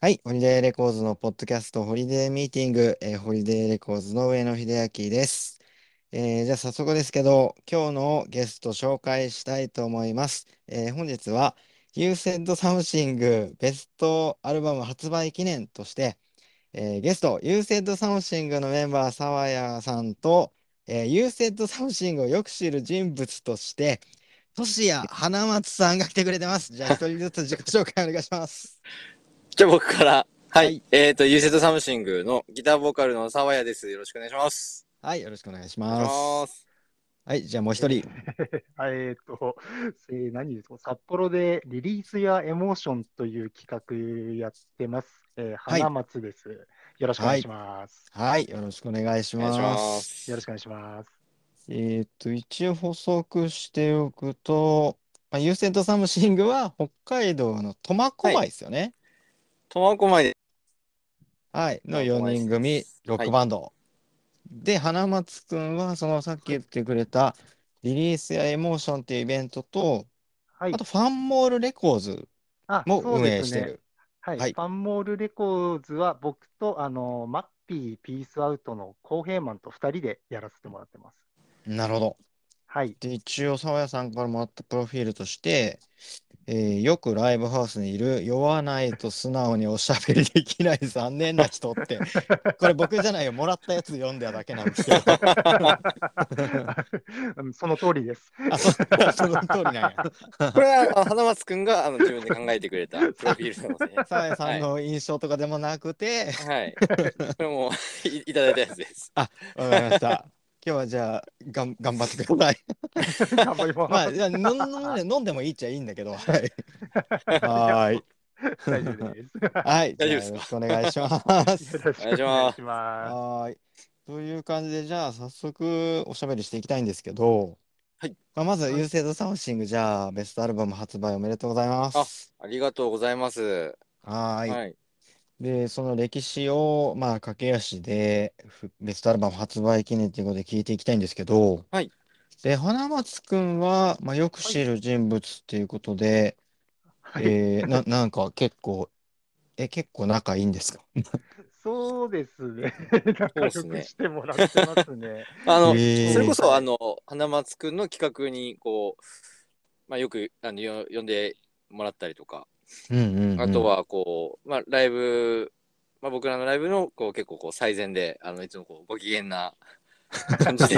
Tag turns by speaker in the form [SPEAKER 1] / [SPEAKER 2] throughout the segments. [SPEAKER 1] はい、ホリデーレコーズのポッドキャスト、ホリデーミーティング、えーホリデーレコーズの上野秀明です。えーじゃあ早速ですけど、今日のゲスト紹介したいと思います。えー本日は、You Said Something ベストアルバム発売記念として、えーゲスト、You Said Something のメンバー、沢谷さんと、えー、You Said Something をよく知る人物として、トシヤ花松さんが来てくれてます。じゃあ一人ずつ自己紹介お願いします。
[SPEAKER 2] じゃあ僕から。は。
[SPEAKER 1] はいい。
[SPEAKER 2] えっ、と、ユーセットサムシングのギターボーカルの沢谷です。よろしくお願いします。
[SPEAKER 1] はい、よろしくお願いし
[SPEAKER 2] お願い
[SPEAKER 1] ま。
[SPEAKER 2] しますす。
[SPEAKER 1] はい、じゃあもう一
[SPEAKER 3] え
[SPEAKER 1] 人。
[SPEAKER 3] ーえーっと、 えー何ですか、札幌でリリースやエモーションという企画やってます。えー
[SPEAKER 1] は
[SPEAKER 3] 花
[SPEAKER 1] い、
[SPEAKER 3] 松です。よろしくお願
[SPEAKER 1] はい
[SPEAKER 3] し
[SPEAKER 1] い、
[SPEAKER 3] ます。
[SPEAKER 1] はい、よろしくお願いし
[SPEAKER 2] お願いし
[SPEAKER 1] ま。
[SPEAKER 2] ます
[SPEAKER 3] よろし
[SPEAKER 2] す。
[SPEAKER 3] くお願いします。
[SPEAKER 1] えーっと、一応補足しておくと、まあ、ユーセントサムシングは北海道の苫小
[SPEAKER 2] はい。
[SPEAKER 1] 牧ですよね。
[SPEAKER 2] 苫小牧で、
[SPEAKER 1] はい、の
[SPEAKER 2] 苫小
[SPEAKER 1] 4
[SPEAKER 2] 牧
[SPEAKER 1] 人
[SPEAKER 2] で
[SPEAKER 1] 組、
[SPEAKER 2] す。
[SPEAKER 1] ロッ
[SPEAKER 2] は
[SPEAKER 1] ク
[SPEAKER 2] い。
[SPEAKER 1] バンド。で、花松くんは、そのさっき言
[SPEAKER 3] は
[SPEAKER 1] っ
[SPEAKER 3] い。
[SPEAKER 1] てくれた、リリースやエモーションっていうイベントと、
[SPEAKER 3] は
[SPEAKER 1] あ
[SPEAKER 3] い。
[SPEAKER 1] とファンモールレコーズ
[SPEAKER 3] あ、
[SPEAKER 1] も
[SPEAKER 3] そう
[SPEAKER 1] 運
[SPEAKER 3] で
[SPEAKER 1] 営
[SPEAKER 3] す
[SPEAKER 1] して
[SPEAKER 3] ね。
[SPEAKER 1] る。
[SPEAKER 3] はい。
[SPEAKER 1] は
[SPEAKER 3] フ
[SPEAKER 1] い。
[SPEAKER 3] ァンモールレコーズは僕と、あの、マッピー、ピースアウトのコーヘイマンと2人でやらせてもらってます。
[SPEAKER 1] なるほど。
[SPEAKER 3] はい。
[SPEAKER 1] で、一応、沢谷さんからもらったプロフィールとして、えーよくライブハウスにいる、酔わないと素直におしゃべりできない残念な人って、これ僕じゃないよ、もらったやつ読んだだけなんですけど。
[SPEAKER 3] うんその通りです。
[SPEAKER 1] あ、そ、 その通りなんや。
[SPEAKER 2] これは、あ花松くんが、あの、自分で考えてくれたプ ロフィールなので。
[SPEAKER 1] 沢谷さ
[SPEAKER 2] は
[SPEAKER 1] ん
[SPEAKER 2] い。
[SPEAKER 1] の印象とかでもなくて、
[SPEAKER 2] はい。これもい、いただいたやつです。
[SPEAKER 1] あ、わかりました。今日はじゃあ、がん、頑張ってください。
[SPEAKER 3] 頑張りま
[SPEAKER 1] まあ、じゃあ飲ん飲ん
[SPEAKER 3] す。
[SPEAKER 1] で飲んでもいいっちゃいいんだけど、はい。
[SPEAKER 3] いや、
[SPEAKER 1] はーい。
[SPEAKER 3] 大丈夫です。
[SPEAKER 1] はい、
[SPEAKER 2] 大
[SPEAKER 1] じゃあ
[SPEAKER 2] 丈夫です
[SPEAKER 1] よろし
[SPEAKER 2] か
[SPEAKER 1] くお願いしま
[SPEAKER 3] よ
[SPEAKER 1] す。
[SPEAKER 3] ろ
[SPEAKER 2] お
[SPEAKER 3] し
[SPEAKER 2] 願
[SPEAKER 3] く
[SPEAKER 2] いし
[SPEAKER 3] お願い
[SPEAKER 2] ま
[SPEAKER 3] し
[SPEAKER 2] す。
[SPEAKER 3] ます。
[SPEAKER 1] はーい。という感じで、じゃあ、早速おしゃべりしていきたいんですけど、
[SPEAKER 2] はい。
[SPEAKER 1] まあ、まず、
[SPEAKER 3] は
[SPEAKER 1] ユー
[SPEAKER 3] い。
[SPEAKER 1] セイドサムシング、じゃあ、ベストアルバム発売おめでとうございま
[SPEAKER 2] あ、
[SPEAKER 1] す。
[SPEAKER 2] ありがとうございます。
[SPEAKER 1] はーい。
[SPEAKER 2] はい。
[SPEAKER 1] で、その歴史を、まあ、駆け足で、ふベストアルバム発売記念ということで聞いていきたいんですけど、
[SPEAKER 2] はい。
[SPEAKER 1] で、花松くんは、まあ、よく
[SPEAKER 3] は
[SPEAKER 1] 知
[SPEAKER 3] い。
[SPEAKER 1] る人物っていうことで、
[SPEAKER 3] はい。
[SPEAKER 1] えー、な、なんか結構、え、結構仲いいんですか
[SPEAKER 3] そうですね。
[SPEAKER 2] そう
[SPEAKER 3] 仲
[SPEAKER 2] で
[SPEAKER 3] 良
[SPEAKER 2] す
[SPEAKER 3] く
[SPEAKER 2] ね。
[SPEAKER 3] してもらってます ね。
[SPEAKER 2] あの、それ
[SPEAKER 1] え
[SPEAKER 2] こ
[SPEAKER 1] ー、
[SPEAKER 2] そ、
[SPEAKER 3] は
[SPEAKER 2] あ
[SPEAKER 3] い。
[SPEAKER 2] の、花松くんの企画に、こう、まあ、よく、あの、よ呼んでもらったりとか、
[SPEAKER 1] うんうん
[SPEAKER 2] あ
[SPEAKER 1] う
[SPEAKER 2] と
[SPEAKER 1] ん。
[SPEAKER 2] は、こう、まあ、ライブ、まあ、僕らのライブの、こう、結構、こう、最善で、あの、いつも、こう、ご機嫌 な感じで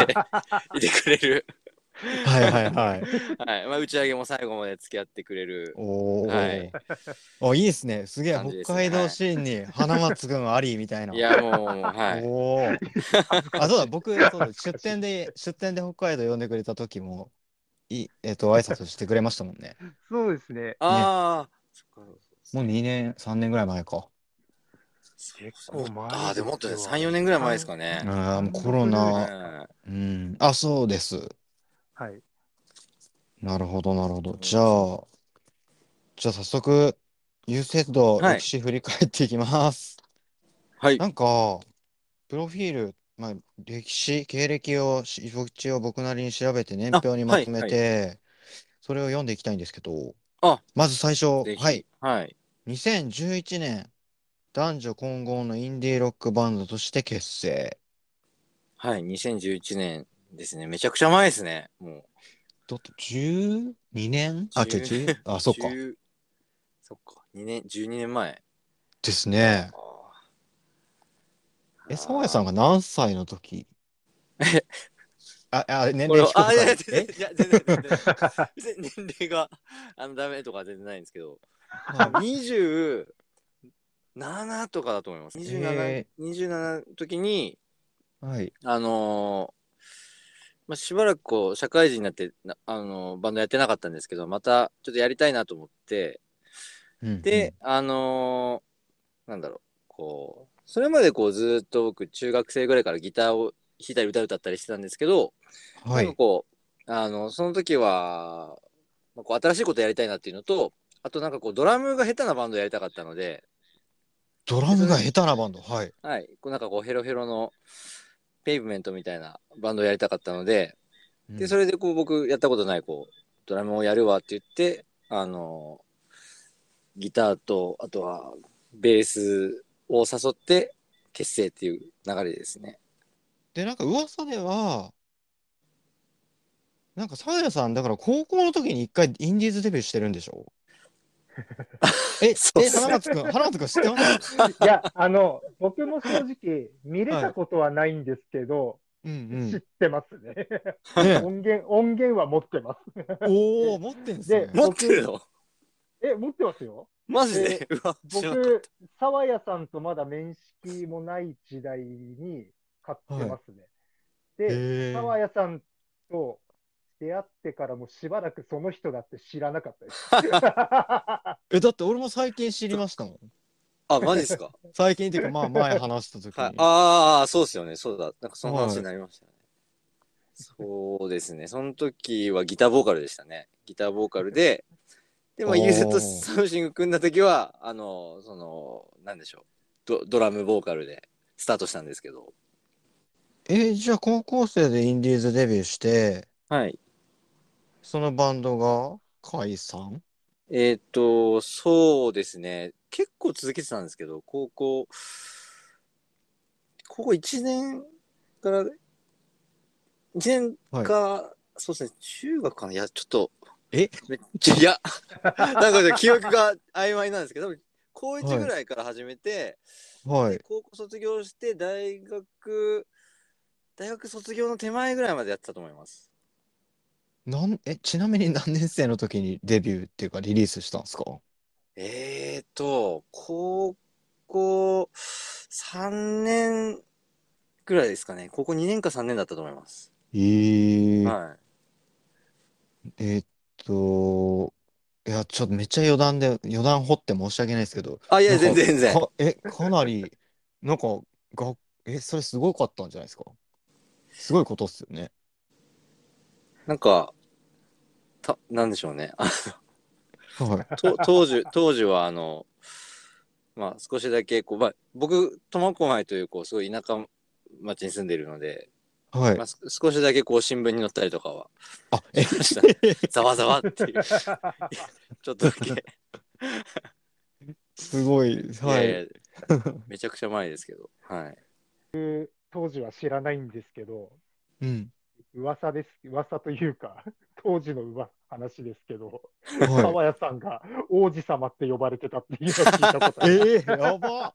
[SPEAKER 2] いてくれる。
[SPEAKER 1] はいはいはい。
[SPEAKER 2] はい。まあ、打ち上げも最後まで付き合ってくれる、は
[SPEAKER 1] お
[SPEAKER 2] い、
[SPEAKER 1] ー。あ、いいですね。すげえ、
[SPEAKER 2] 感
[SPEAKER 1] 北
[SPEAKER 2] じですね。
[SPEAKER 1] 海道
[SPEAKER 2] はい。
[SPEAKER 1] シーンに花松くんありみたい
[SPEAKER 2] い
[SPEAKER 1] な。
[SPEAKER 2] や、もう、はい。
[SPEAKER 1] おお。
[SPEAKER 3] 恥ずか
[SPEAKER 1] あ、そう
[SPEAKER 3] し
[SPEAKER 1] だ、
[SPEAKER 3] い。
[SPEAKER 1] 僕、そうだ、
[SPEAKER 3] 恥ず
[SPEAKER 1] 出
[SPEAKER 3] かしい。
[SPEAKER 1] 店で、出店で北海道呼んでくれた時も、い、えっと、挨拶してくれましたもんね。
[SPEAKER 3] そうですね。
[SPEAKER 1] ね。
[SPEAKER 2] ああ、そっか、そうです
[SPEAKER 1] もう
[SPEAKER 2] ね。
[SPEAKER 1] 2年、3年ぐらい前か。
[SPEAKER 2] そう
[SPEAKER 3] 結
[SPEAKER 2] ですね。もっ
[SPEAKER 3] 構
[SPEAKER 2] と、
[SPEAKER 3] 前
[SPEAKER 2] ああ、で
[SPEAKER 3] で
[SPEAKER 2] もっと
[SPEAKER 3] す
[SPEAKER 2] ね、3、
[SPEAKER 3] よ。
[SPEAKER 2] 4年ぐらい前です
[SPEAKER 3] 三
[SPEAKER 2] かね。
[SPEAKER 1] ああ、もう
[SPEAKER 3] 三
[SPEAKER 1] コロ
[SPEAKER 3] 年ぐらい。
[SPEAKER 1] ナ、
[SPEAKER 2] はい。
[SPEAKER 1] うん。あ、そうです。
[SPEAKER 3] はい。
[SPEAKER 1] なるほど、なるほど。
[SPEAKER 2] そう
[SPEAKER 1] じ
[SPEAKER 2] で
[SPEAKER 1] ゃあ、じ
[SPEAKER 2] すね。
[SPEAKER 1] ゃあ早速、ユーステッド
[SPEAKER 2] は
[SPEAKER 1] 歴
[SPEAKER 2] い。
[SPEAKER 1] 史振り返っていきます。
[SPEAKER 2] はい。
[SPEAKER 1] なんか、プロフィール、まあ、歴史、経歴をし、一応僕なりに調べて年
[SPEAKER 2] あ、
[SPEAKER 1] 表にま
[SPEAKER 2] は
[SPEAKER 1] と
[SPEAKER 2] い、
[SPEAKER 1] め
[SPEAKER 2] はい。
[SPEAKER 1] て、それを読んでいきたいんですけど、
[SPEAKER 2] あ、
[SPEAKER 1] まず最初、
[SPEAKER 2] ぜ
[SPEAKER 1] は
[SPEAKER 2] ひ。
[SPEAKER 1] い、
[SPEAKER 2] はい。
[SPEAKER 1] 2011年、男女混合のインディーロックバンドとして結成。
[SPEAKER 2] はい、2011年ですね。めちゃくちゃ前ですね。もう、
[SPEAKER 1] どっと、12年あ、違う、
[SPEAKER 2] 10、
[SPEAKER 1] 10、あ、そうか。
[SPEAKER 2] 10、そっか、2年、12年前。
[SPEAKER 1] です
[SPEAKER 2] あ
[SPEAKER 1] ね。
[SPEAKER 2] あ、
[SPEAKER 1] え、沢谷さん
[SPEAKER 2] あ
[SPEAKER 1] が
[SPEAKER 2] あ。
[SPEAKER 1] 何歳の時あ、あ、年
[SPEAKER 2] これ
[SPEAKER 1] 齢
[SPEAKER 2] は、
[SPEAKER 1] 聞こう
[SPEAKER 2] あ、い
[SPEAKER 1] さ
[SPEAKER 2] や、
[SPEAKER 1] い。
[SPEAKER 2] 全然、
[SPEAKER 1] え
[SPEAKER 2] いや、全然、全然、別に年齢が、あの、ダメとか全然ないんですけど、多
[SPEAKER 1] は
[SPEAKER 2] 分27とかだと思います。
[SPEAKER 1] い。
[SPEAKER 2] 27、
[SPEAKER 1] え
[SPEAKER 2] 27の時に、
[SPEAKER 1] ー、はい。
[SPEAKER 2] あのーまあ、しばらくこう、社会人になって、なあのーバンドやってなかったんですけど、また、ちょっとやりたいなと思って、
[SPEAKER 1] うんう
[SPEAKER 2] で、
[SPEAKER 1] ん。
[SPEAKER 2] あのーなんだろう、こう、それまでこうずーっと僕、中学生ぐらいからギターを弾いたり歌を歌ったりしてたんですけど、
[SPEAKER 1] は
[SPEAKER 2] なんか
[SPEAKER 1] い。
[SPEAKER 2] こう、あの、その時は、まあ、こう新しいことやりたいなっていうのと、あとなんかこう、ドラムが下手なバンドやりたかったので、
[SPEAKER 1] ドラ
[SPEAKER 2] で、そ
[SPEAKER 1] ムが
[SPEAKER 2] れ、
[SPEAKER 1] 下手なバンド。はい。
[SPEAKER 2] はい、こうなんかこう、ヘロヘロの、ペイブメントみたいなバンドをやりたかったので、
[SPEAKER 1] う
[SPEAKER 2] で、そ
[SPEAKER 1] ん。
[SPEAKER 2] れでこう、僕、やったことない、こう、ドラムをやるわって言って、あの、ギターと、あとは、ベースを誘って結成っていう流れですね。
[SPEAKER 1] で、なんか噂では、なんか、サーヤさん、だから高校の時に一回インディーズデビューしてるんで しょえ、
[SPEAKER 2] そう
[SPEAKER 1] え、
[SPEAKER 2] っすね
[SPEAKER 1] 花松くん、花松くん知ってます
[SPEAKER 3] いや、あの、僕も正直、見れたことはないんですけど、
[SPEAKER 1] うん
[SPEAKER 3] 知ってますね。
[SPEAKER 1] うん。ね、
[SPEAKER 3] 音源、音源は持ってます。
[SPEAKER 1] おー、持ってんすね
[SPEAKER 3] で。
[SPEAKER 2] 持ってるの
[SPEAKER 3] え、持ってますよ。
[SPEAKER 2] マジで、うわ、知らなかっ
[SPEAKER 3] 僕、沢谷さんとまだ面識もない時代に買ってますね。で、
[SPEAKER 1] へ
[SPEAKER 3] 沢谷さんと出会ってからもしばらくその人だって知らなかったです。
[SPEAKER 1] え、だって俺も最近知りましたもん。
[SPEAKER 2] た。あ、マジですか。
[SPEAKER 1] 最近っていうか、 まあ前話した時
[SPEAKER 2] はい
[SPEAKER 1] に。、
[SPEAKER 2] ああ、そうですよね。そうだ。なんかその話になりましたね。そうですね。その時はギターボーカルでしたね。ギターボーカルで、で、まあ、
[SPEAKER 1] おー
[SPEAKER 2] ユーズとサムシング組んだ時は、あの、その、なんでしょうド。ドラムボーカルでスタートしたんですけど。
[SPEAKER 1] えーじゃあ高校生でインディーズデビューして、
[SPEAKER 2] はい。
[SPEAKER 1] そのバンドが解散
[SPEAKER 2] えーっと、そうですね。結構続けてたんですけど、高校、高校1年から、1年
[SPEAKER 1] はい。
[SPEAKER 2] か、そうですね、中学かな。いや、ちょっと、
[SPEAKER 1] え
[SPEAKER 2] めっちゃ、いや、 なんかね記憶が曖昧なんですけど、多分高
[SPEAKER 1] は
[SPEAKER 2] 1
[SPEAKER 1] い
[SPEAKER 2] ぐらいから始めて、
[SPEAKER 1] はい。
[SPEAKER 2] 高校卒業して、大学、大学卒業の手前ぐらいまでやってたと思います。
[SPEAKER 1] なん、え、ちなみに何年生の時にデビューっていうかリリースしたんですか
[SPEAKER 2] えーと、高校3年ぐらいですかね。高校2年か3年だったと思います。
[SPEAKER 1] えー
[SPEAKER 2] は
[SPEAKER 1] えーっと、いや、ちょっとめっちゃ余談で、余談掘って申し訳ないですけど、
[SPEAKER 2] い。あ、いや、
[SPEAKER 1] なんか
[SPEAKER 2] 全然全然。
[SPEAKER 1] か、え、かなり、なんか、が、え、それすごかったんじゃないですかすごいことっすよね。
[SPEAKER 2] なんか、た、なんでしょうね。あ
[SPEAKER 1] はい。
[SPEAKER 2] と当時、当時はあの、まあ少しだけ、こう、まあ僕、苫小牧という、こう、すごい田舎町に住んでいるので、
[SPEAKER 1] はい。
[SPEAKER 2] まあす少しだけこう、新聞に載ったりとか は
[SPEAKER 1] あ、え、
[SPEAKER 2] しました。ざわざわっていう、ちょっとだけ。
[SPEAKER 1] すごい、はい
[SPEAKER 2] や
[SPEAKER 1] い。
[SPEAKER 2] やめちゃくちゃ前ですけど。はい。
[SPEAKER 3] 当時は知らないんですけど、
[SPEAKER 1] うん。
[SPEAKER 3] 噂です、噂というか、 当時のうわ話ですけど、
[SPEAKER 1] はい。
[SPEAKER 3] 沢谷さんが王子様って呼ばれてたっていうのを聞いたことある。
[SPEAKER 1] ええやば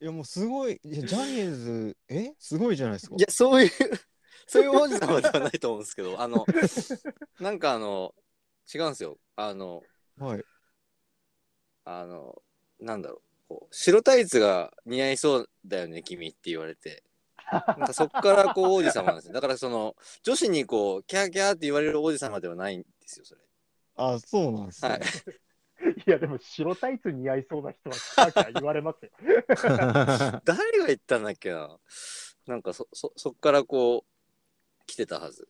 [SPEAKER 1] いやもうすごいいやジャニーズえすごいじゃないですか
[SPEAKER 2] いや、そういう、そういう王子様ではないと思うんですけど、 あの、なんかあの、違うんですよ。あの、
[SPEAKER 1] はい
[SPEAKER 2] あの、なんだろう、こう、白タイツが似合いそうだよね、君って言われて。なんかそっからこう王子様なんですよ。だからその、女子にこう、キャーキャーって言われる王子様ではないんです よ、それ。
[SPEAKER 1] あそうなんですね、
[SPEAKER 2] はい。
[SPEAKER 3] いや、でも白タイツ似合いそうな人はキャーキャー言われますよ。
[SPEAKER 2] 誰が言ったんだっけな。なんかそ、そ、そっからこう、来てたはず。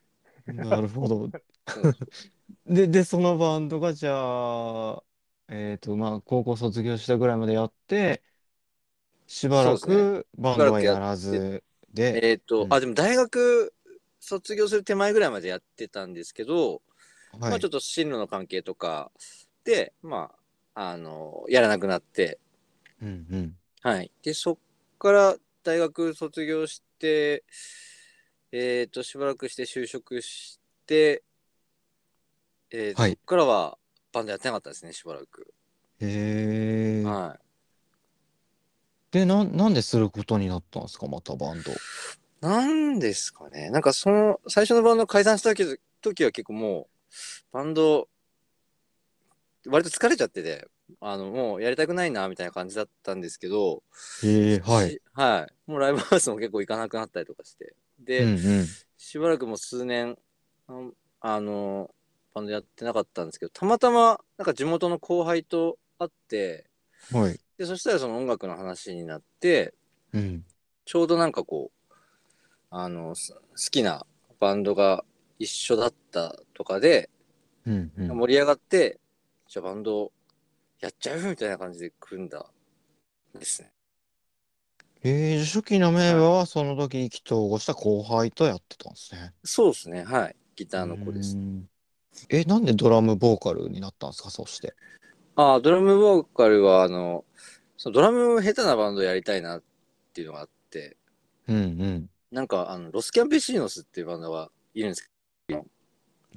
[SPEAKER 1] なるほどででそのバンドがじゃあえっ、とまあ高校卒業したぐらいまでやってしばら
[SPEAKER 2] そうです
[SPEAKER 1] くバンドはやらずで、
[SPEAKER 2] えっ、と、
[SPEAKER 1] うん
[SPEAKER 2] あ、でも大学卒業する手前ぐらいまでやってたんですけど、ま
[SPEAKER 1] は
[SPEAKER 2] あち
[SPEAKER 1] い
[SPEAKER 2] ょっと進路の関係とかで、まあ、あの、やらなくなって、
[SPEAKER 1] うんうん
[SPEAKER 2] はい。で、そっから大学卒業して、えっ、と、しばらくして就職して、えー
[SPEAKER 1] はい
[SPEAKER 2] そっからはバンドやってなかったですね、しばらく。
[SPEAKER 1] へえ
[SPEAKER 2] はい。
[SPEAKER 1] でなんなんですることになったんですかまたバンド
[SPEAKER 2] なんですかね。なんかその、最初のバンド解散した時時は結構もう、バンド、割と疲れちゃってて、あの、もうやりたくないな、みたいな感じだったんですけど、
[SPEAKER 1] へえはい
[SPEAKER 2] し。はい。もうライブハウスも結構行かなくなったりとかして。で、
[SPEAKER 1] うんうん
[SPEAKER 2] しばらくもう数年、ああの、バンドやってなかったんですけど、たまたま、なんか地元の後輩と会って、
[SPEAKER 1] はい。
[SPEAKER 2] で、そしたらその音楽の話になって、
[SPEAKER 1] うん。
[SPEAKER 2] ちょうどなんかこう、あの、す好きなバンドが一緒だったとかで、
[SPEAKER 1] うん、うん。
[SPEAKER 2] 盛り上がって、じゃあバンドやっちゃうみたいな感じで組んだんですね。
[SPEAKER 1] えー、初期のメンバーはその時意気投合した後輩とやってたんですね。
[SPEAKER 2] そうですね、はい。ギターの子です。
[SPEAKER 1] うーんえ、なんでドラムボーカルになったんですか、そして。
[SPEAKER 2] ああ、ドラムボーカルは、あの、そのドラム下手なバンドやりたいなっていうのがあって、
[SPEAKER 1] うん
[SPEAKER 2] なんか、あの、ロスキャンペシーノスっていうバンドがいるんですけど、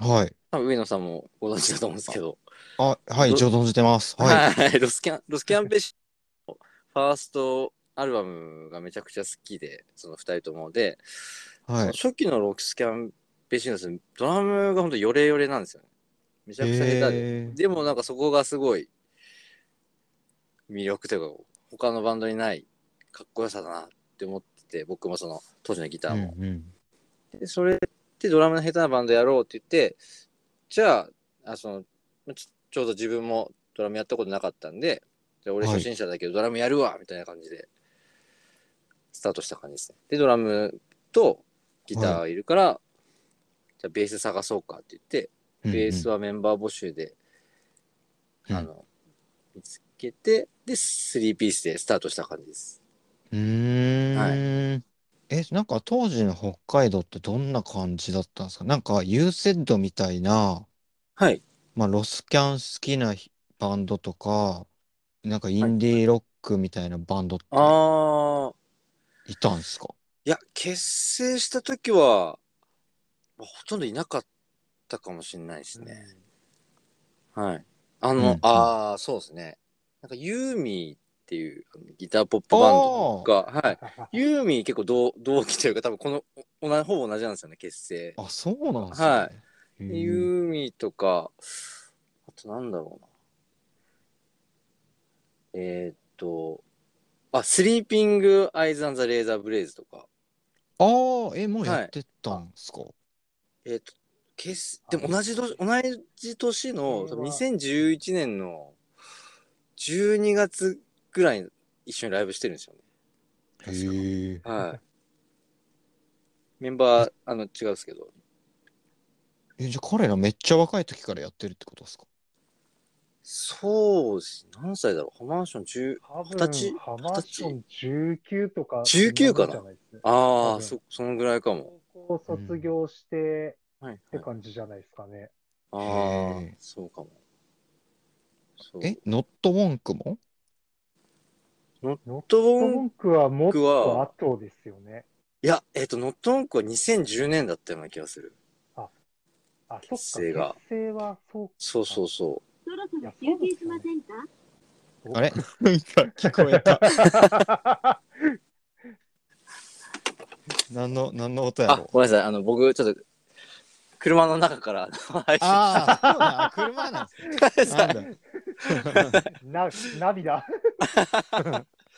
[SPEAKER 1] うん。はい。
[SPEAKER 2] 多分上野さんもご存知だと思うんですけど、
[SPEAKER 1] あ、はい、
[SPEAKER 2] ど
[SPEAKER 1] 存じてます。はい。
[SPEAKER 2] はい、 ロスキャン、ロスキャンペシーノファーストアルバムがめちゃくちゃ好きで、その二人ともで、
[SPEAKER 1] はい。
[SPEAKER 2] 初期のロスキャンペシーノス、ドラムがほんとヨレヨレなんですよね。めちゃくちゃ下手で。
[SPEAKER 1] えー
[SPEAKER 2] でもなんかそこがすごい魅力というか他のバンドにないかっこよさだなって思ってて僕もその当時のギター
[SPEAKER 1] うん
[SPEAKER 2] も、
[SPEAKER 1] うん。
[SPEAKER 2] でそれでドラムの下手なバンドやろうって言ってじゃああそのちちょうど自分もドラムやったことなかったんでじゃあ俺
[SPEAKER 1] はい
[SPEAKER 2] 初心者だけどドラムやるわみたいな感じでスタートした感じですねでドラムとギターがいるから、じゃあベース探そうかって言ってベース
[SPEAKER 1] は、
[SPEAKER 2] はメンバー募集で、
[SPEAKER 1] うん
[SPEAKER 2] あの、見つけて、で、3ピースでスタートした感じです。
[SPEAKER 1] うーん。え、なんか当時の北海道ってどんな感じだったんですかなんか u セッドみたいな、
[SPEAKER 2] はい。
[SPEAKER 1] まあロスキャン好きなひバンドとか、なんかインディーロックみたいなバンドって
[SPEAKER 2] ああ、
[SPEAKER 1] いたんですか
[SPEAKER 2] いや、結成した時は、まあほとんどいなかったかもしれないです ね。はい。あの、
[SPEAKER 1] うんうん
[SPEAKER 2] ああ、そうですね。なんかユーミーっていうあのギターポップバンドが、はい。 ユーミー結構同同期というか、多分この、おなほぼ同じなんですよね、結成。
[SPEAKER 1] あ、そうなんですね。
[SPEAKER 2] はい
[SPEAKER 1] へー
[SPEAKER 2] ユーミーとか、あとなんだろうな。えー、っと、あ、スリーピング・アイズ・アンザ・レーザー・ブレイズとか、
[SPEAKER 1] ああ、え、もうやってたんですか
[SPEAKER 2] えー、っと、結でも同じ年、同じ年の、
[SPEAKER 3] これは
[SPEAKER 2] 2011年の12月ぐらいに一緒にライブしてるんですよね。
[SPEAKER 1] へ
[SPEAKER 2] 確か
[SPEAKER 1] え。
[SPEAKER 2] はい。メンバー、あの、違うんですけど。
[SPEAKER 1] え、じゃあ彼らめっちゃ若い時からやってるってことですか
[SPEAKER 2] そうです。何歳だろうハマーション10、
[SPEAKER 3] 多分
[SPEAKER 2] 二十歳
[SPEAKER 3] ハマション19とか。
[SPEAKER 2] 19かな
[SPEAKER 3] そんもんじゃいですね
[SPEAKER 2] あ
[SPEAKER 3] 多
[SPEAKER 2] あ、
[SPEAKER 3] 分
[SPEAKER 2] そ、そのぐらいかも。
[SPEAKER 3] 高校卒業して
[SPEAKER 2] はい、は
[SPEAKER 3] って
[SPEAKER 2] い。
[SPEAKER 3] 感じじゃないですかね。
[SPEAKER 2] ああ
[SPEAKER 1] へー、
[SPEAKER 2] そうかも。そう
[SPEAKER 1] え、ノットウォンクも
[SPEAKER 3] ノッ
[SPEAKER 2] ノット
[SPEAKER 3] ト
[SPEAKER 2] ウォン
[SPEAKER 3] 文句はもっと後ですよね。
[SPEAKER 2] いや、えっ、と、ノットウォンクは2010年だったような気がする。
[SPEAKER 3] あ、そっか。
[SPEAKER 2] 結成が
[SPEAKER 3] 結成はそ
[SPEAKER 2] そう
[SPEAKER 3] う
[SPEAKER 2] そうそ
[SPEAKER 4] そろそろ休憩しませんか
[SPEAKER 1] あ れ聞こえた。
[SPEAKER 3] か。
[SPEAKER 1] 何の、何の音
[SPEAKER 2] う。
[SPEAKER 1] や
[SPEAKER 2] あ
[SPEAKER 1] ろ、う
[SPEAKER 2] ごめんなさい。あの、僕、ちょっと、車の中から、配信
[SPEAKER 1] ああ、そうだ あ、車なん ですね。なんだ。
[SPEAKER 3] な、涙。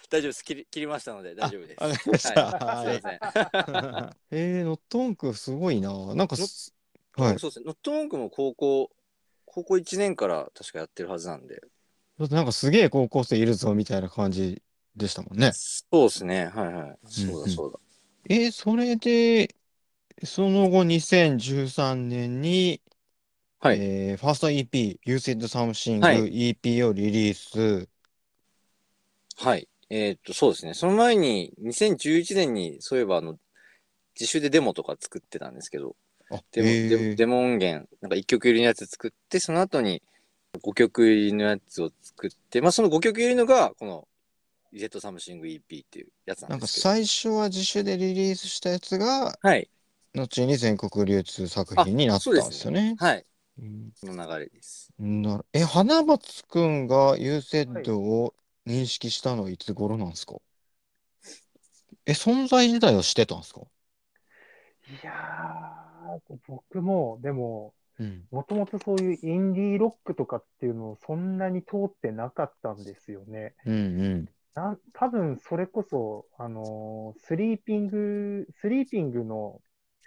[SPEAKER 2] 大丈夫です。切り切りましたので、大丈夫です。
[SPEAKER 1] あわかりました
[SPEAKER 2] はい、すいません。
[SPEAKER 1] えー、ノットウォンクすごいな。なんかす、はい。
[SPEAKER 2] そうですね。ノットウォンクも高校、高校1年から確かやってるはずなんで。
[SPEAKER 1] だってなんかすげえ高校生いるぞみたいな感じでしたもんね。
[SPEAKER 2] そうですね。はいはい。そうだそうだ。
[SPEAKER 1] えー、それで、その後2013年に、
[SPEAKER 2] はい
[SPEAKER 1] えーファースト EP、You Said Something
[SPEAKER 2] はい
[SPEAKER 1] EP をリリース。
[SPEAKER 2] はい。えーっと、そうですね。その前に、2011年に、そういえば、あの、自主でデモとか作ってたんですけど、
[SPEAKER 1] あ、
[SPEAKER 2] デモ,デモ、
[SPEAKER 1] えー
[SPEAKER 2] デモ音源、なんか1曲入りのやつ作って、その後に5曲入りのやつを作って、まあ、その5曲入りのが、この、リゼットサムシング EP っていうやつな
[SPEAKER 1] なんんか
[SPEAKER 2] ですけど。
[SPEAKER 1] 最初は自主でリリースしたやつが、
[SPEAKER 2] はい。
[SPEAKER 1] 後に全国流通作品になったんですよね。
[SPEAKER 2] はい。
[SPEAKER 1] うん
[SPEAKER 2] その流れです。
[SPEAKER 1] なるえ、花松くんが U セッドを認識したのはいつ頃なんですかえ、存在自体をしてたんですか
[SPEAKER 3] いやー、僕も、でも、
[SPEAKER 1] うん。
[SPEAKER 3] もともとそういうインディーロックとかっていうのをそんなに通ってなかったんですよね。
[SPEAKER 1] うんうん。
[SPEAKER 3] な多分それこそ、あのースリーピング、スリーピングの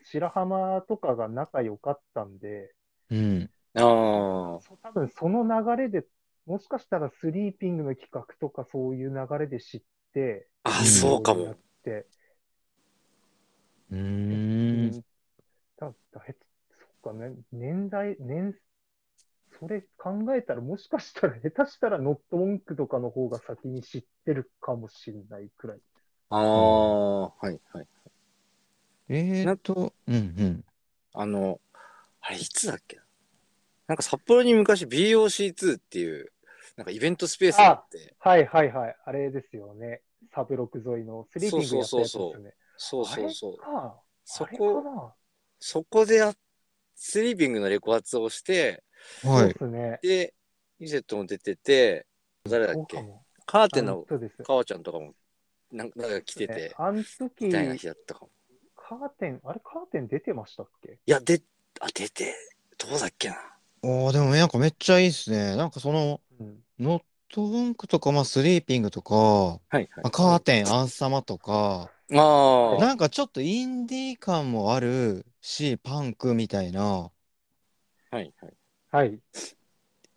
[SPEAKER 3] 白浜とかが仲良かったんで、
[SPEAKER 1] うん。
[SPEAKER 2] ああ。
[SPEAKER 3] そ多分その流れで、もしかしたらスリーピングの企画とかそういう流れで知って、
[SPEAKER 2] あ、
[SPEAKER 1] うん
[SPEAKER 2] そうか
[SPEAKER 3] や
[SPEAKER 2] も
[SPEAKER 3] っ。て、
[SPEAKER 1] う
[SPEAKER 3] うん
[SPEAKER 1] ーん。
[SPEAKER 3] だだへそっかね、年代、年、それ考えたら、もしかしたら、下手したらノット文句とかの方が先に知ってるかもしれないくらい。
[SPEAKER 2] ああ、はいはい。
[SPEAKER 1] えーっと、うんうん。
[SPEAKER 2] あの、あれ、いつだっけななんか札幌に昔 BOC2 っていう、なんかイベントスペースがあって、
[SPEAKER 3] はいはいはい。あれですよね。サブロック沿いのスリーピングやったやつですよね。
[SPEAKER 2] そうそうそう。
[SPEAKER 3] あれか。
[SPEAKER 2] そ
[SPEAKER 3] あれ
[SPEAKER 2] こ
[SPEAKER 3] か、な
[SPEAKER 2] そこでや、スリーピングのレコ発をして、
[SPEAKER 3] そう
[SPEAKER 1] は
[SPEAKER 3] で
[SPEAKER 1] い。
[SPEAKER 3] すね。
[SPEAKER 2] で、ミセットも出てて、誰だ
[SPEAKER 3] そ
[SPEAKER 2] っ
[SPEAKER 3] うか
[SPEAKER 2] け
[SPEAKER 3] も。
[SPEAKER 2] カー
[SPEAKER 3] あ
[SPEAKER 2] テンの
[SPEAKER 3] そうです。
[SPEAKER 2] 川ちゃんとかも、なんなんか来てて、
[SPEAKER 3] あの時
[SPEAKER 2] み、たいな日だったかも。
[SPEAKER 3] カーテン、あれカーテン出てましたっけ
[SPEAKER 2] いや、で、あ、出て、どうだっけな。
[SPEAKER 1] おー、でもなんかめっちゃいいっすね。なんかその、
[SPEAKER 3] うん。
[SPEAKER 1] ノットウォンクとか、まあ、スリーピングとか、
[SPEAKER 2] はい、は
[SPEAKER 1] まあカーテン、アンサマとか、
[SPEAKER 2] い。ああ、
[SPEAKER 1] なんかちょっとインディー感もあるし、パンクみたいな
[SPEAKER 2] はい、はい。
[SPEAKER 3] はい。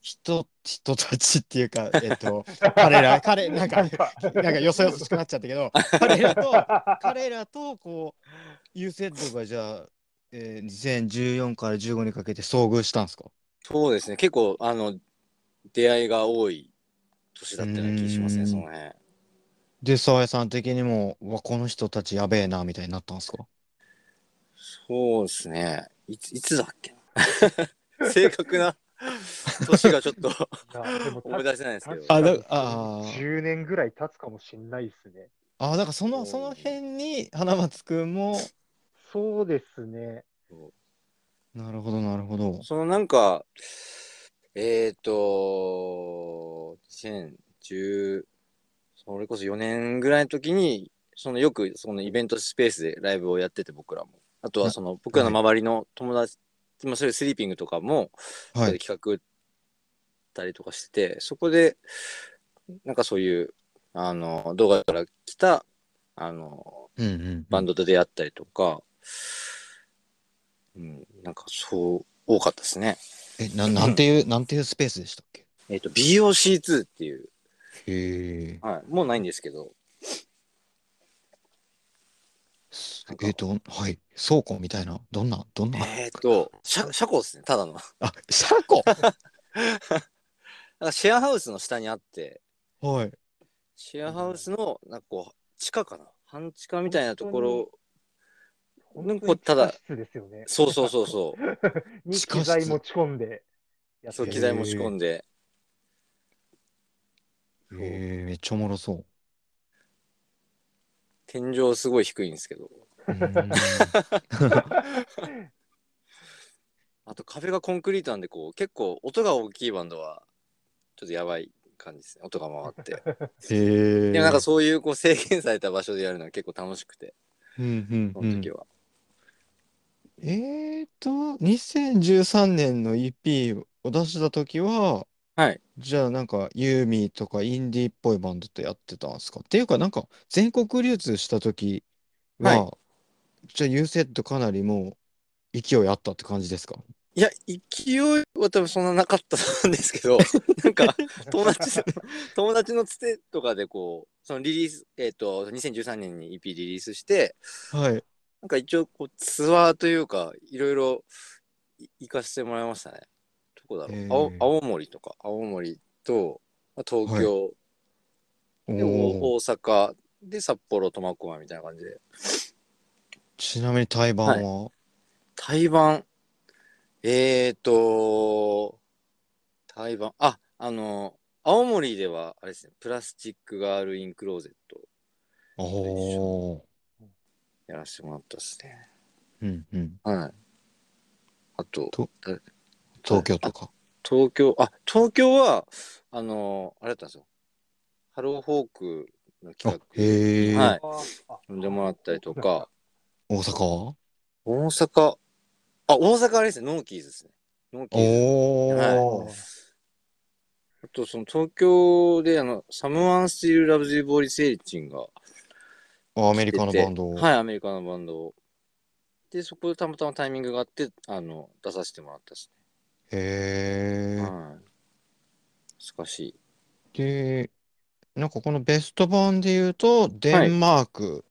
[SPEAKER 1] 人、人たちっていうか、えっと、彼 ら、彼、 なんか、なんかよそよそしくなっちゃったけど、彼らと、彼らとこう、ユーセットがじゃあ、えー、2014から15にかけて遭遇したんですか
[SPEAKER 2] そうですね。結構、あの、出会いが多い年だったような気がします
[SPEAKER 1] う
[SPEAKER 2] ね、
[SPEAKER 1] ん
[SPEAKER 2] その辺。
[SPEAKER 1] で、沢井さん的にも、うわ、この人たちやべえな、みたいになったんですか
[SPEAKER 2] そうですね。いつ、いつだっけな 正確な年がちょっと
[SPEAKER 3] いやでも
[SPEAKER 2] 思い出せないですけ
[SPEAKER 3] 確
[SPEAKER 2] ど。
[SPEAKER 3] かに
[SPEAKER 1] あだあー
[SPEAKER 3] 10年ぐらい経つかもしんないですね。
[SPEAKER 1] ああ、だからそ
[SPEAKER 2] お
[SPEAKER 1] の、
[SPEAKER 2] ー
[SPEAKER 1] その辺に、花松くんも、
[SPEAKER 3] そうですね。
[SPEAKER 1] なるほど、なるほど。
[SPEAKER 2] そのなんか、えっ、ー、と、2010、それこそ4年ぐらいの時に、そのよくそのイベントスペースでライブをやってて僕らも。あとはその僕らの周りの友達、まあそれスリーピングとかも、
[SPEAKER 1] は
[SPEAKER 2] そういう
[SPEAKER 1] い。
[SPEAKER 2] 企画打ったりとかしてて、そこで、なんかそういう、あの、動画から来た、あの、
[SPEAKER 1] うんうん。
[SPEAKER 2] バンドと出会ったりとか、うん、なんかそう、多かったですね。
[SPEAKER 1] え、な、なんていう、なんていうスペースでしたっけ
[SPEAKER 2] えっ、と、BOC2 っていう、
[SPEAKER 1] へえ。
[SPEAKER 2] はい、もうないんですけど、なんか
[SPEAKER 1] えっと、はい。倉庫みたいな、どんな、どんな。
[SPEAKER 2] えっ、と、車、車庫ですね、ただの。なん
[SPEAKER 1] あ、車庫
[SPEAKER 2] かシェアハウスの下にあって、
[SPEAKER 1] はい。
[SPEAKER 2] シェアハウスの、なんかこう、地下かな半地下みたいなところ、なん
[SPEAKER 3] 本
[SPEAKER 2] か
[SPEAKER 3] 当
[SPEAKER 2] こう
[SPEAKER 3] に
[SPEAKER 2] ただ
[SPEAKER 3] 地下室ですよね。
[SPEAKER 2] そうそうそうそう。
[SPEAKER 3] に
[SPEAKER 1] 地下室
[SPEAKER 3] 機材持ち込んでやって
[SPEAKER 2] そう、
[SPEAKER 3] る
[SPEAKER 2] 機材持ち込んで。
[SPEAKER 1] へえ、めっちゃおもろそう。
[SPEAKER 2] 天井すごい低いんですけど。
[SPEAKER 1] うーん
[SPEAKER 2] あと壁がコンクリートなんで、こう、結構音が大きいバンドは、ちょっとやばい感じですね。音が回って。
[SPEAKER 1] へえ。
[SPEAKER 2] でもなんかそういう、こう、制限された場所でやるのは結構楽しくて、
[SPEAKER 1] うん
[SPEAKER 2] そ
[SPEAKER 1] うんう
[SPEAKER 2] の
[SPEAKER 1] ん
[SPEAKER 2] 時。は。
[SPEAKER 1] えっと、2013年の EP を出した時は、
[SPEAKER 2] はい。
[SPEAKER 1] じゃあなんかユーミーとかインディーっぽいバンドとやってたんですかっていうかなんか全国流通した時は、じゃあ U セットかなりもう勢いあったって感じですか
[SPEAKER 2] いや、勢いは多分そんななかったんですけ ど、なんか、友 達、友達のつてとかでこう、そのリリース、えっ、と、2013年に EP リリースして、
[SPEAKER 1] はい。
[SPEAKER 2] なんか一応、こう、ツアーというか、いろいろい行かせてもらいましたね。どこだろ
[SPEAKER 1] へ
[SPEAKER 2] う
[SPEAKER 1] ー
[SPEAKER 2] 青青森とか、青森と、まあ東京、
[SPEAKER 1] お
[SPEAKER 2] でお
[SPEAKER 1] お。
[SPEAKER 2] 大阪で札幌苫小牧みたいな感じで
[SPEAKER 1] ちなみに対バンは、
[SPEAKER 2] 台湾えーと台湾ああの青森ではあれですねプラスチックガールインクローゼット
[SPEAKER 1] おお。
[SPEAKER 2] やらせてもらったですね
[SPEAKER 1] うんうん。
[SPEAKER 2] はいあと
[SPEAKER 1] と
[SPEAKER 2] 誰
[SPEAKER 1] 東京とか。
[SPEAKER 2] 東京あ東京はあのあれだったんですよハローホークの
[SPEAKER 1] あ
[SPEAKER 2] 企、画
[SPEAKER 1] へえ。
[SPEAKER 2] はい
[SPEAKER 3] あ
[SPEAKER 2] 呼んでもらったりとか
[SPEAKER 1] 大阪は
[SPEAKER 2] 大阪あ大阪あれですねノーキーズですねノーキーズ
[SPEAKER 1] お
[SPEAKER 2] は
[SPEAKER 1] お。
[SPEAKER 2] あと、その東京で、あの、サムワン・スティール・ラブ・ズ・ボーリ・セイリチンが
[SPEAKER 1] ア
[SPEAKER 2] 来
[SPEAKER 1] メリ
[SPEAKER 2] てて、
[SPEAKER 1] カのバンド。
[SPEAKER 2] はい、アメリカのバンドを。で、そこでたまたまタイミングがあって、あの、出させてもらったっす
[SPEAKER 1] へ
[SPEAKER 2] ね。
[SPEAKER 1] え。
[SPEAKER 2] はい。難しい。
[SPEAKER 1] で、なんかこのベスト版で言うと、デンマーク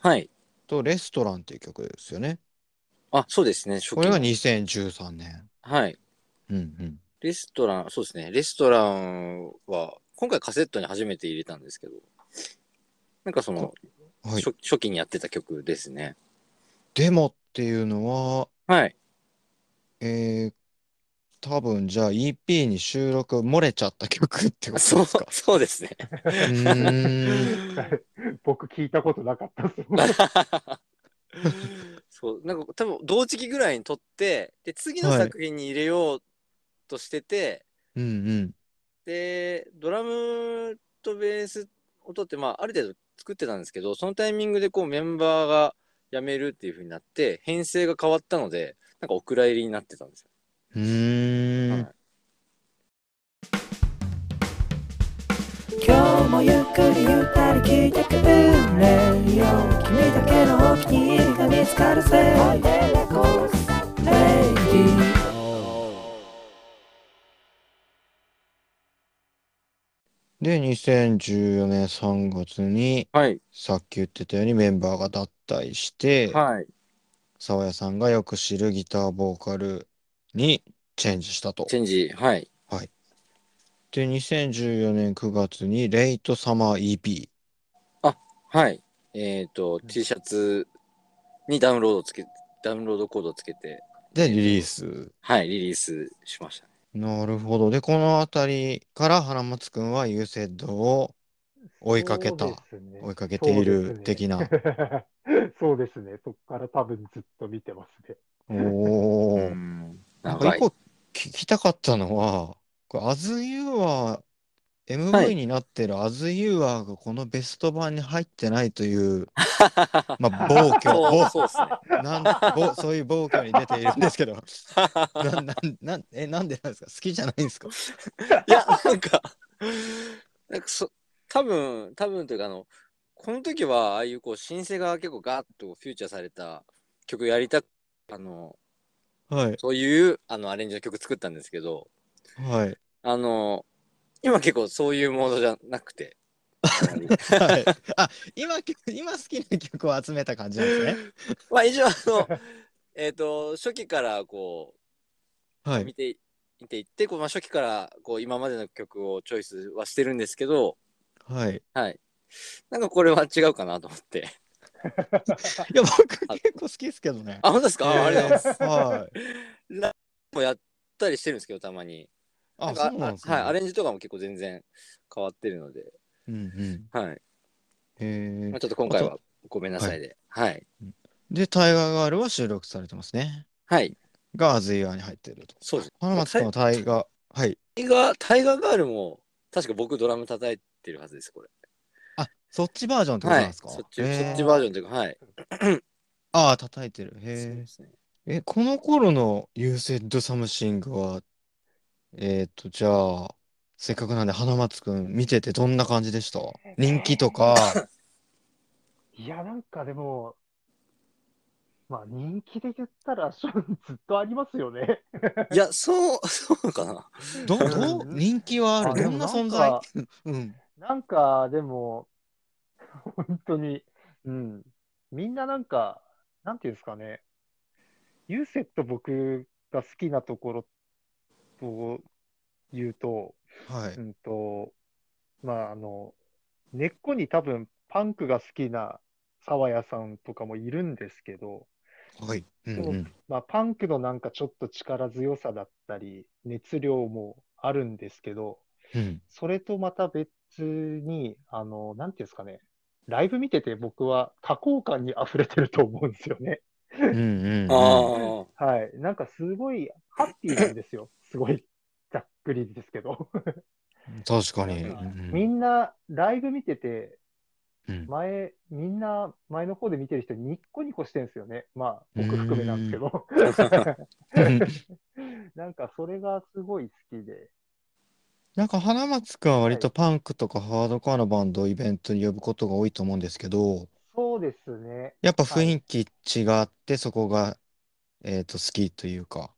[SPEAKER 2] はい。
[SPEAKER 1] とレストランっていう曲ですよね。
[SPEAKER 2] あ、そうですね、初期
[SPEAKER 1] これが
[SPEAKER 2] の
[SPEAKER 1] 2013年。
[SPEAKER 2] はい。
[SPEAKER 1] うんうん。
[SPEAKER 2] レストラン、そうですね、レストランは、今回カセットに初めて入れたんですけど、なんかその、
[SPEAKER 1] はい。
[SPEAKER 2] 初初期にやってた曲ですね。
[SPEAKER 1] デモっていうのは、
[SPEAKER 2] はい。
[SPEAKER 1] えー、多分じゃあ EP に収録漏れちゃった曲ってこと
[SPEAKER 2] そう、
[SPEAKER 1] ですか。
[SPEAKER 2] そうですね。
[SPEAKER 1] うーん。
[SPEAKER 3] 僕聞いたことなかったです。
[SPEAKER 2] そうなんか多分同時期ぐらいに撮ってで次の
[SPEAKER 1] はい
[SPEAKER 2] 作品に入れようとしてて、
[SPEAKER 1] うんうん。
[SPEAKER 2] でドラムとベース音って、まあ、ある程度作ってたんですけどそのタイミングでこうメンバーが辞めるっていう風になって編成が変わったのでなんかお蔵入りになってたんですよ。
[SPEAKER 1] うー
[SPEAKER 2] は
[SPEAKER 1] ん
[SPEAKER 2] い。
[SPEAKER 5] 今日もゆっくりゆったり聞いてくれよ君だけのお気に入りが見つかるぜレイディ
[SPEAKER 1] で、2014年3月に、
[SPEAKER 2] はい、
[SPEAKER 1] さっき言ってたようにメンバーが脱退して、
[SPEAKER 2] はい、
[SPEAKER 1] 沢谷さんがよく知るギターボーカルにチェンジしたと。
[SPEAKER 2] チェンジはい
[SPEAKER 1] で、2014年9月に、レイトサマー EP。
[SPEAKER 2] はいえっ、と、T シャツにダウンロードつけダウンロードコードつけて
[SPEAKER 1] で、リリース。
[SPEAKER 2] はいリリースしました。
[SPEAKER 1] なるほど。で、このあたりから、花松くんは u セッドを追いかけた
[SPEAKER 3] そうですね
[SPEAKER 1] 追いかけている的な。。
[SPEAKER 3] そうですね そうですね。そこから多分ずっと見てますね。
[SPEAKER 1] おー。
[SPEAKER 2] ん
[SPEAKER 1] なんか
[SPEAKER 2] 長
[SPEAKER 1] 一
[SPEAKER 2] い
[SPEAKER 1] 個聞きたかったのは、これ、As You Are、
[SPEAKER 2] は
[SPEAKER 1] MV
[SPEAKER 2] い
[SPEAKER 1] になってる As You Are がこのベスト版に入ってないと いう、まあ、暴挙、
[SPEAKER 2] そう
[SPEAKER 1] 暴
[SPEAKER 2] そうですね。
[SPEAKER 1] なんぼそういう暴挙に出ているんですけど、 なななえなんでなんですか好きじゃないんですか
[SPEAKER 2] いや、なんか、なんかそ、多分、多分というか、あの、この時は、ああいう、こう、新生が結構ガーッとフューチャーされた曲やりたく、あの、
[SPEAKER 1] はい、
[SPEAKER 2] そういう、あの、アレンジの曲作ったんですけど、
[SPEAKER 1] はい、
[SPEAKER 2] あの、今結構そういうモードじゃなくて、あまり
[SPEAKER 1] はい。 あ、今、今好きな曲を集めた感じなんですね。
[SPEAKER 2] まあ、一応、あの、えっと、初期から、こ
[SPEAKER 1] は
[SPEAKER 2] う、
[SPEAKER 1] い
[SPEAKER 2] 見、て、見ていって、こう、まあ、初期から、こう、今までの曲をチョイスはしてるんですけど、
[SPEAKER 1] はい。
[SPEAKER 2] はい。なんかこれは違うかなと思って。
[SPEAKER 1] いや、僕結構好きですけどね。
[SPEAKER 2] あ、本当ですか、あありがとうございます。
[SPEAKER 1] す。はい。
[SPEAKER 2] もやったりしてるんですけどたまに
[SPEAKER 1] あ、
[SPEAKER 2] か
[SPEAKER 1] そうなんですね。
[SPEAKER 2] はいアレンジとかも結構全然変わってるので
[SPEAKER 1] うんうん。
[SPEAKER 2] はい、
[SPEAKER 1] え
[SPEAKER 2] まあ、ちょっと今回はごめんなさいではい
[SPEAKER 1] で、タイガーガールは収録されてますね。
[SPEAKER 2] はい
[SPEAKER 1] が、アズイワに入ってると。
[SPEAKER 2] そうです
[SPEAKER 1] 花松君はタイガー、はい。
[SPEAKER 2] タイガータイガーガールも確か僕ドラム叩いてるはずですこれ
[SPEAKER 1] あ、そっちバージョンってこと
[SPEAKER 2] は
[SPEAKER 1] なん
[SPEAKER 2] い
[SPEAKER 1] ですか
[SPEAKER 2] そっち、
[SPEAKER 1] へー
[SPEAKER 2] そっちバージョンというかはい
[SPEAKER 1] ああ、叩いてる。
[SPEAKER 2] そう
[SPEAKER 1] へ
[SPEAKER 2] ですね
[SPEAKER 1] え。え、この頃の You Said Something は、えっと、じゃあ、せっかくなんで、花松くん見ててどんな感じでした人気とか、
[SPEAKER 3] いや、なんかでも、まあ人気で言ったら、そうずっとありますよね。
[SPEAKER 2] いやそう そうかな
[SPEAKER 1] ど、どう、
[SPEAKER 3] うん
[SPEAKER 1] 人気はある。
[SPEAKER 3] あで
[SPEAKER 1] ど
[SPEAKER 3] も
[SPEAKER 1] んな
[SPEAKER 3] な
[SPEAKER 1] 存
[SPEAKER 3] ん
[SPEAKER 1] 在
[SPEAKER 3] か
[SPEAKER 1] うん。
[SPEAKER 3] なんか、でも、 本当に、うん。みんななんか、なんていうんですかね。ユーセット僕が好きなところと言うと、。
[SPEAKER 1] はいう
[SPEAKER 3] んと、まあ、あの、根っこに多分パンクが好きな沢谷さんとかもいるんですけど、
[SPEAKER 1] はい。うんうん。
[SPEAKER 3] まあ、パンクのなんかちょっと力強さだったり、熱量もあるんですけど、
[SPEAKER 1] うん。
[SPEAKER 3] それとまた別に、あの、なんていうんですかね、ライブ見てて僕は多幸感に溢れてると思うんですよね。
[SPEAKER 1] うんうんうん。
[SPEAKER 2] ああ
[SPEAKER 3] はい。なんかすごいハッピーなんですよ。すごい、ざっくりですけど。
[SPEAKER 1] 確かに。
[SPEAKER 3] なんか
[SPEAKER 1] うんうん
[SPEAKER 3] みんな、ライブ見てて、
[SPEAKER 1] うん
[SPEAKER 3] 前、みんな、前の方で見てる人、ニッコニコしてるんですよね。まあ、僕含めなんですけど。
[SPEAKER 1] うん
[SPEAKER 3] なんか、それがすごい好きで。
[SPEAKER 1] なんか花松くんは割と
[SPEAKER 3] は
[SPEAKER 1] パンクとかハードコアのバンドをイベントに呼ぶことが多いと思うんですけど、
[SPEAKER 3] そうですね。
[SPEAKER 1] やっぱ雰囲気違ってそこが、えっと、好きというか、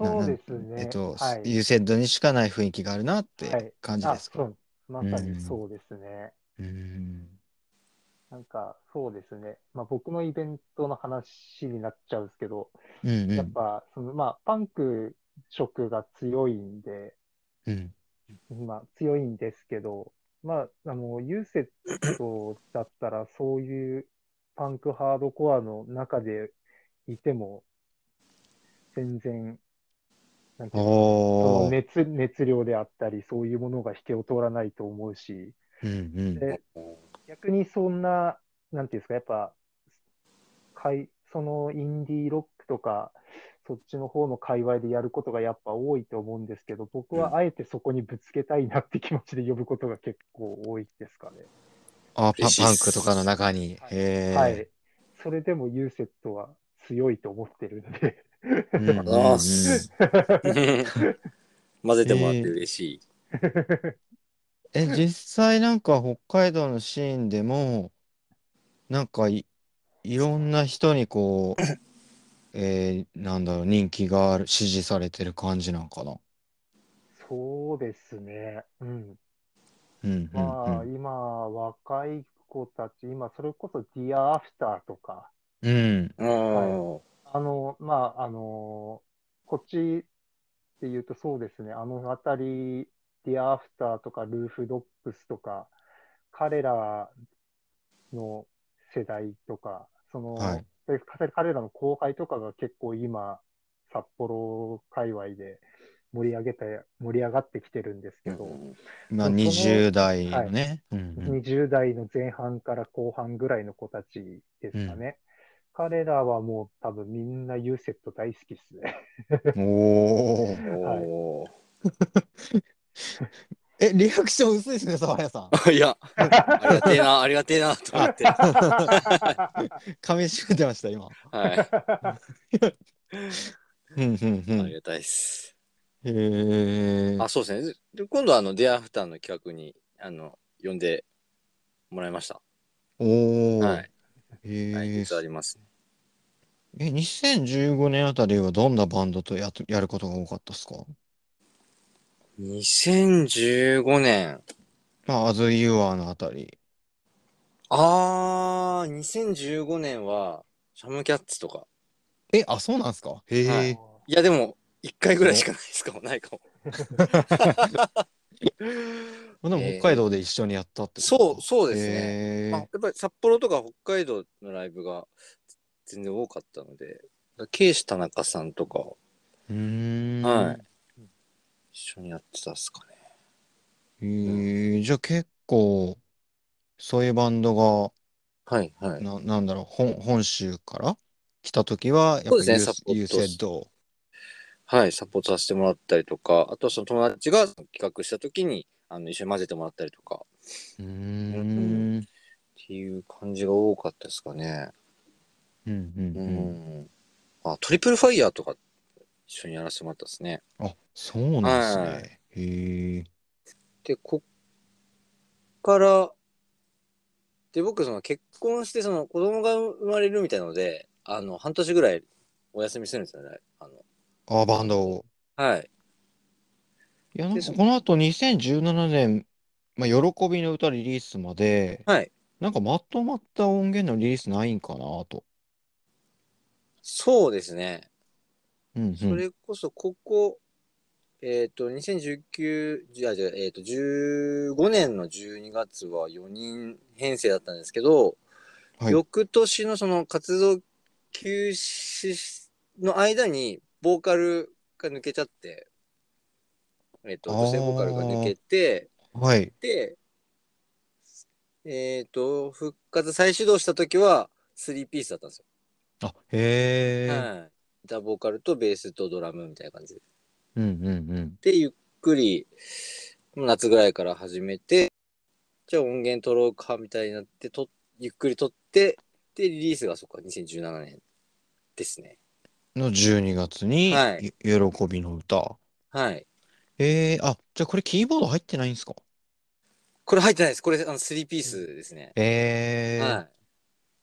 [SPEAKER 1] な
[SPEAKER 3] そうです
[SPEAKER 1] なん
[SPEAKER 3] ね。
[SPEAKER 1] えっと、
[SPEAKER 3] はい、
[SPEAKER 1] ユーセッドにしかない雰囲気があるなっ
[SPEAKER 3] はい
[SPEAKER 1] て感じです
[SPEAKER 3] あ
[SPEAKER 1] か。
[SPEAKER 3] そうまさ
[SPEAKER 1] うん
[SPEAKER 3] にそうですね。
[SPEAKER 1] うん。
[SPEAKER 3] なんか、そうですね。まあ、僕のイベントの話になっちゃうんですけど、
[SPEAKER 1] うんう
[SPEAKER 3] やっ
[SPEAKER 1] ん。
[SPEAKER 3] ぱ、その、まあ、パンク色が強いんで、
[SPEAKER 1] うん。
[SPEAKER 3] まあ、強いんですけど、まあ、あの、ユーセットだったら、そういうパンクハードコアの中でいても、全然なんていうのそ
[SPEAKER 1] お
[SPEAKER 3] の
[SPEAKER 1] ー。
[SPEAKER 3] 熱熱量であったり、そういうものが引けを通らないと思うし、
[SPEAKER 1] うんうん。
[SPEAKER 3] で逆にそんな、なんていうんですか、やっぱ、かいそのインディーロックとか、そっちの方の界隈でやることがやっぱ多いと思うんですけど、僕
[SPEAKER 2] うん
[SPEAKER 3] はあえてそこにぶつけたいなって気持ちで呼ぶことが結構多いですかね。
[SPEAKER 1] あ、パ
[SPEAKER 2] 嬉しいっす
[SPEAKER 1] パンクとかの中に。
[SPEAKER 3] はい
[SPEAKER 1] へ
[SPEAKER 3] は
[SPEAKER 1] え。
[SPEAKER 3] い。それでもユーセットは強いと思ってるんで、
[SPEAKER 1] うんうんうん
[SPEAKER 2] あー 混ぜてもらって嬉しい。
[SPEAKER 1] え、実際なんか北海道のシーンでも、なんかい、いろんな人にこう、 えー、なんだろう、人気がある、支持されてる感じなんかな。
[SPEAKER 3] そうですね。うん。
[SPEAKER 1] うんうん
[SPEAKER 3] まあ、今、若い子たち、今、それこそディアアフターとか、
[SPEAKER 1] うん。うん。
[SPEAKER 2] うん
[SPEAKER 3] あの、まあ、あの、こっちって言うとそうですね、あの辺り、ディアアフターとかルーフドックスとか、彼らの世代とか、その、
[SPEAKER 1] はい
[SPEAKER 3] で彼らの後輩とかが結構今、札幌界隈で盛り上げて、盛り上がってきてるんですけど、
[SPEAKER 1] まあ
[SPEAKER 3] その
[SPEAKER 1] 20代のね。うんうん
[SPEAKER 3] 20代の前半から後半ぐらいの子たちですかね。彼らはもう多分みんなユーセット大好きですね。
[SPEAKER 1] おー。
[SPEAKER 2] お
[SPEAKER 1] え、リアクション薄いですね、沢谷さん。
[SPEAKER 2] ーいや、ありがてえな、ありがてえなと思って。は
[SPEAKER 1] 噛み締めてました、今。
[SPEAKER 2] い。
[SPEAKER 1] うんうんう
[SPEAKER 2] あ
[SPEAKER 1] ん。
[SPEAKER 2] り
[SPEAKER 1] へ
[SPEAKER 2] がたいです。
[SPEAKER 1] え。
[SPEAKER 2] あ、そうですね。で今度、あの、デアフターの企画に、あの、呼んでもらいました。
[SPEAKER 1] おー。
[SPEAKER 2] はい。
[SPEAKER 1] へえ
[SPEAKER 2] 来月あります。
[SPEAKER 1] え、2015年あたりはどんなバンドとやっと、やることが多かったですか
[SPEAKER 2] 2015年。
[SPEAKER 1] まあ、As You Are のあたり。
[SPEAKER 2] あー、2015年は、シャムキャッツとか。
[SPEAKER 1] え、あ、そうなんですかへ
[SPEAKER 2] は
[SPEAKER 1] え。
[SPEAKER 2] いや、でも、1回ぐらいしかないですかも、ないかも。
[SPEAKER 1] まあでも北海道で一緒にやったってこと
[SPEAKER 2] そう、そうですね。
[SPEAKER 1] ね
[SPEAKER 2] まあ、やっぱり札幌とか北海道のライブが全然多かったので、ケイシ田中さんとか
[SPEAKER 1] うーん。
[SPEAKER 2] はい一緒にやってたっすかね。
[SPEAKER 1] えーじゃあ結構、そういうバンド
[SPEAKER 2] はいは
[SPEAKER 1] が、
[SPEAKER 2] い。
[SPEAKER 1] な、なんだろう、本、本州から来た時は、やっ
[SPEAKER 2] そう
[SPEAKER 1] ぱ
[SPEAKER 2] ですね
[SPEAKER 1] ユー
[SPEAKER 2] サ
[SPEAKER 1] ス、
[SPEAKER 2] ポート
[SPEAKER 1] ユーセッド。
[SPEAKER 2] はい、サポートさせてもらったりとか、あとはその友達が企画した時にあの一緒に混ぜてもらったりとか
[SPEAKER 1] うーん。
[SPEAKER 2] っていう感じが多かったですかね。
[SPEAKER 1] うんうん
[SPEAKER 2] う
[SPEAKER 1] うん。
[SPEAKER 2] ん。あ、トリプルファイヤーとか一緒にやらせてもらったですね。
[SPEAKER 1] あ、そうなん
[SPEAKER 2] は
[SPEAKER 1] ですね。へえ。
[SPEAKER 2] で、こっから、で、僕、その結婚して、その子供が生まれるみたいなので、あの、半年ぐらいお休みするんですよね。あの、
[SPEAKER 1] あ、バンドを。
[SPEAKER 2] はい。
[SPEAKER 1] いや、なん
[SPEAKER 2] で
[SPEAKER 1] か
[SPEAKER 2] そ
[SPEAKER 1] この後2017年、まあ、喜びの歌リリースまで、
[SPEAKER 2] はい。
[SPEAKER 1] なんかまとまった音源のリリースないんかなと。
[SPEAKER 2] そうですね。
[SPEAKER 1] うんうん。
[SPEAKER 2] それこそ、ここ、えっ、と、2019、じゃあ、じゃあえっ、と、15年の12月は4人編成だったんですけど、
[SPEAKER 1] はい
[SPEAKER 2] 翌年のその活動休止の間に、ボーカルが抜けちゃって、えっ、と、
[SPEAKER 1] あー
[SPEAKER 2] 女性ボーカルが抜けて、
[SPEAKER 1] はい。
[SPEAKER 2] で、えっ、と、復活再始動した時は、3ピースだったんですよ。
[SPEAKER 1] あ、へえ。
[SPEAKER 2] はい。ギターボーカルとベースとドラムみたいな感じで。
[SPEAKER 1] うんうんうん。
[SPEAKER 2] で、ゆっくり、夏ぐらいから始めて、じゃあ音源取ろうか、みたいになって、と、ゆっくり取って、で、リリースがそっか、2017年ですね。
[SPEAKER 1] の12月に、
[SPEAKER 2] はい
[SPEAKER 1] よ喜びの歌。
[SPEAKER 2] はい。
[SPEAKER 1] ええあ、じゃあこれキーボード入ってないんですか
[SPEAKER 2] これ入ってないです。これ、あの、3ピースですね。
[SPEAKER 1] ええ
[SPEAKER 2] は